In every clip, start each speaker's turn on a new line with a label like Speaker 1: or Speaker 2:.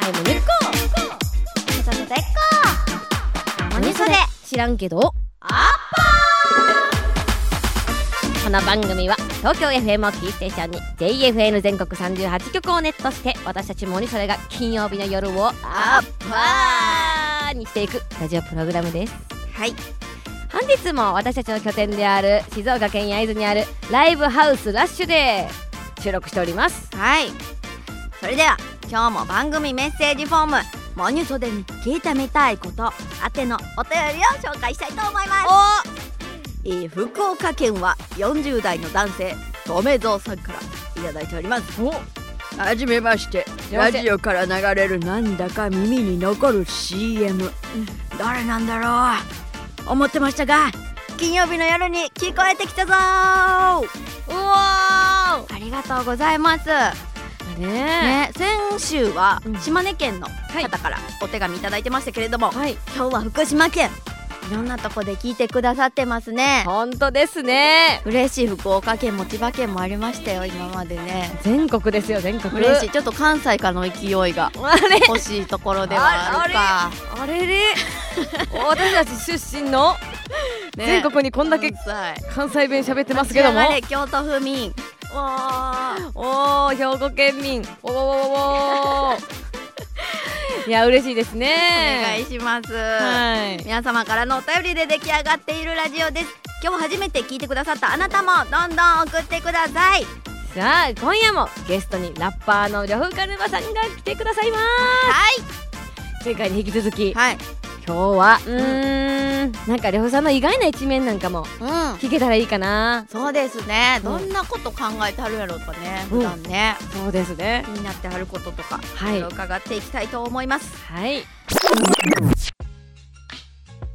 Speaker 1: あいもねっこ
Speaker 2: そそそ絶
Speaker 1: 何それ知らんけど
Speaker 2: 好あ
Speaker 1: この番組は東京 FM をキーステーションに JFN 全国38局をネットして私たちもにそれが金曜日の夜をアッパーにしていくラジオプログラムです
Speaker 2: はい
Speaker 1: 本日も私たちの拠点である静岡県焼津にあるライブハウスラッシュで収録しております
Speaker 2: はいそれでは今日も番組メッセージフォームマニュソでに聞いてみたいこと宛てのお便りを紹介したいと思いますえー福岡県は40代の男性とめぞうさんからいただいておりますはじめまして
Speaker 1: はじめまし
Speaker 2: ラ
Speaker 1: て
Speaker 2: ジオから流れるなんだか耳に残る CM、誰なんだろう思ってましたが金曜日の夜に聞こえてきたぞーあ
Speaker 1: うわ
Speaker 2: りがとうございます
Speaker 1: ね
Speaker 2: ね、先週は
Speaker 1: うん
Speaker 2: 島根県の
Speaker 1: い
Speaker 2: 方からお手紙いただいてましたけれども、
Speaker 1: はい
Speaker 2: 今日は福島県いろんなとこで聞いてくださってますね
Speaker 1: 本当ですね
Speaker 2: 嬉しい福岡県も千葉県もありましたよ今までね
Speaker 1: 全国ですよ全国
Speaker 2: 嬉しいちょっと関西からの勢いが
Speaker 1: あれ
Speaker 2: 欲しいところではあるか
Speaker 1: あれ れ私たち出身の
Speaker 2: ね
Speaker 1: 全国にこんだけ
Speaker 2: 関西
Speaker 1: 関西弁喋ってますけども
Speaker 2: 立ち上がれ京都府民わー
Speaker 1: おお兵庫県民おーおーおーおー いや嬉しいです
Speaker 2: お願
Speaker 1: ね
Speaker 2: いします、
Speaker 1: はい
Speaker 2: 皆様からのお便りで出来上がっているラジオです今日初めて聞いてくださったあなたもどんどん送ってください
Speaker 1: さあ今夜もゲストにラッパーの呂布カルマさんが来てくださいま
Speaker 2: は
Speaker 1: す前回に引き続き
Speaker 2: い
Speaker 1: 今
Speaker 2: はい
Speaker 1: 日はうーんなんか呂布さんの意外な一面なんかも
Speaker 2: うん
Speaker 1: 聞けたらいいかな
Speaker 2: そうですね、
Speaker 1: うん
Speaker 2: どんなこと考えてはるやろうかね、
Speaker 1: うん
Speaker 2: 普段ね
Speaker 1: そうですね
Speaker 2: 気になってはることとか、
Speaker 1: はい
Speaker 2: ろろ伺っていきたいと思います
Speaker 1: はい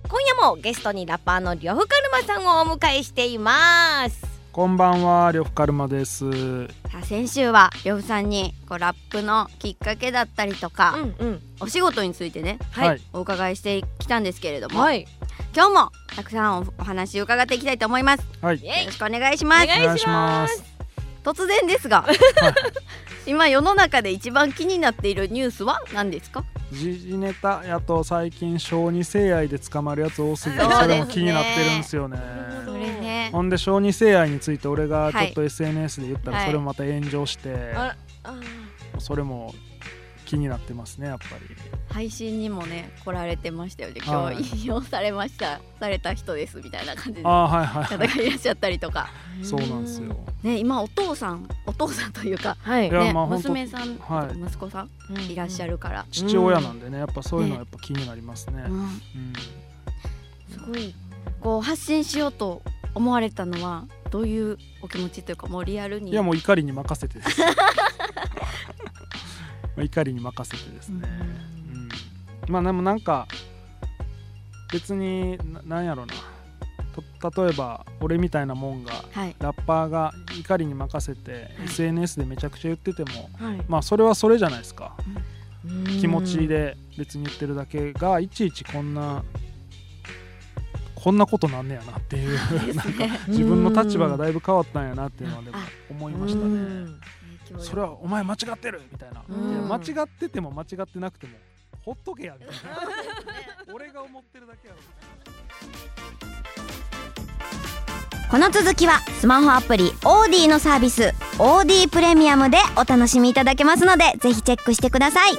Speaker 1: 今夜もゲストにラッパーの呂布カルマさんをお迎えしています
Speaker 3: こんばんは、呂布カルマです。
Speaker 2: さあ先週は呂布さんにこうラップのきっかけだったりとか、
Speaker 1: んうん
Speaker 2: お仕事についてね
Speaker 1: はい、
Speaker 2: お伺いしてきたんですけれども、
Speaker 1: はい
Speaker 2: 今日もたくさんおお話伺っていきたいと思いますよ
Speaker 3: はい、はい、
Speaker 1: イエイ
Speaker 2: ろしくお願いし
Speaker 1: お
Speaker 2: ます
Speaker 1: 願いしま
Speaker 3: お願いし
Speaker 1: す
Speaker 2: 突然ですが 今世の中で一番気になっているニュースは何ですか
Speaker 3: 時事ネタやと最近小児性愛で捕まるやつ多すぎて、
Speaker 2: そうですね
Speaker 3: それも気になってるんですよね。
Speaker 1: そ
Speaker 2: そうれね
Speaker 3: ほんで小児性愛について俺がちょ
Speaker 2: はい
Speaker 3: っと SNS で言ったら
Speaker 2: はい
Speaker 3: それもまた炎上して
Speaker 1: あらあー
Speaker 3: それも気になってますねやっぱり
Speaker 2: 配信にもね来られてましたよね今
Speaker 3: はい
Speaker 2: 日引用されましたされた人ですみたいな感じで
Speaker 3: あ
Speaker 2: 方
Speaker 3: あはいはいは
Speaker 2: がいらっしゃったりとか
Speaker 3: いそうなんですよ
Speaker 2: ね今お父さんお父さんというか、
Speaker 1: はい
Speaker 3: いや
Speaker 2: ね
Speaker 3: まあほんと
Speaker 2: 娘さん、
Speaker 3: はい
Speaker 2: 息子さんいらっしゃるから、
Speaker 3: 父親なんでねやっぱそういうのはやっぱ気になりますね
Speaker 2: うん
Speaker 3: うん
Speaker 2: すごいこう発信しようと思われたのはどういうお気持ちというかもうリアルに
Speaker 3: いやもう怒りに任せてです 怒りに任せてですね、うんまあでもなんか別にななんやろなと例えば俺みたいなもんが
Speaker 2: はい
Speaker 3: ラッパーが怒りに任せて
Speaker 2: はい
Speaker 3: SNS でめちゃくちゃ言ってても
Speaker 1: はい
Speaker 3: まあそれはそれじゃないですか
Speaker 1: うん
Speaker 3: 気持ちで別に言ってるだけがいちいちこんなこんなことなんねやなっていう
Speaker 2: で
Speaker 3: なん
Speaker 2: す
Speaker 3: か
Speaker 2: ね
Speaker 3: 自分の立場がだいぶ変わったんやなっていうのはでも
Speaker 2: あ
Speaker 3: 思
Speaker 1: う
Speaker 3: い
Speaker 1: ん
Speaker 3: ました
Speaker 1: う
Speaker 3: ね。
Speaker 1: ん
Speaker 3: それはお前間違ってるみたいな、
Speaker 1: うん
Speaker 3: いや間違ってても間違ってなくてもほっとけ やみたいな俺が思ってるだけやろ
Speaker 4: この続きはスマホアプリオーディのサービスオーディプレミアムでお楽しみいただけますのでぜひチェックしてください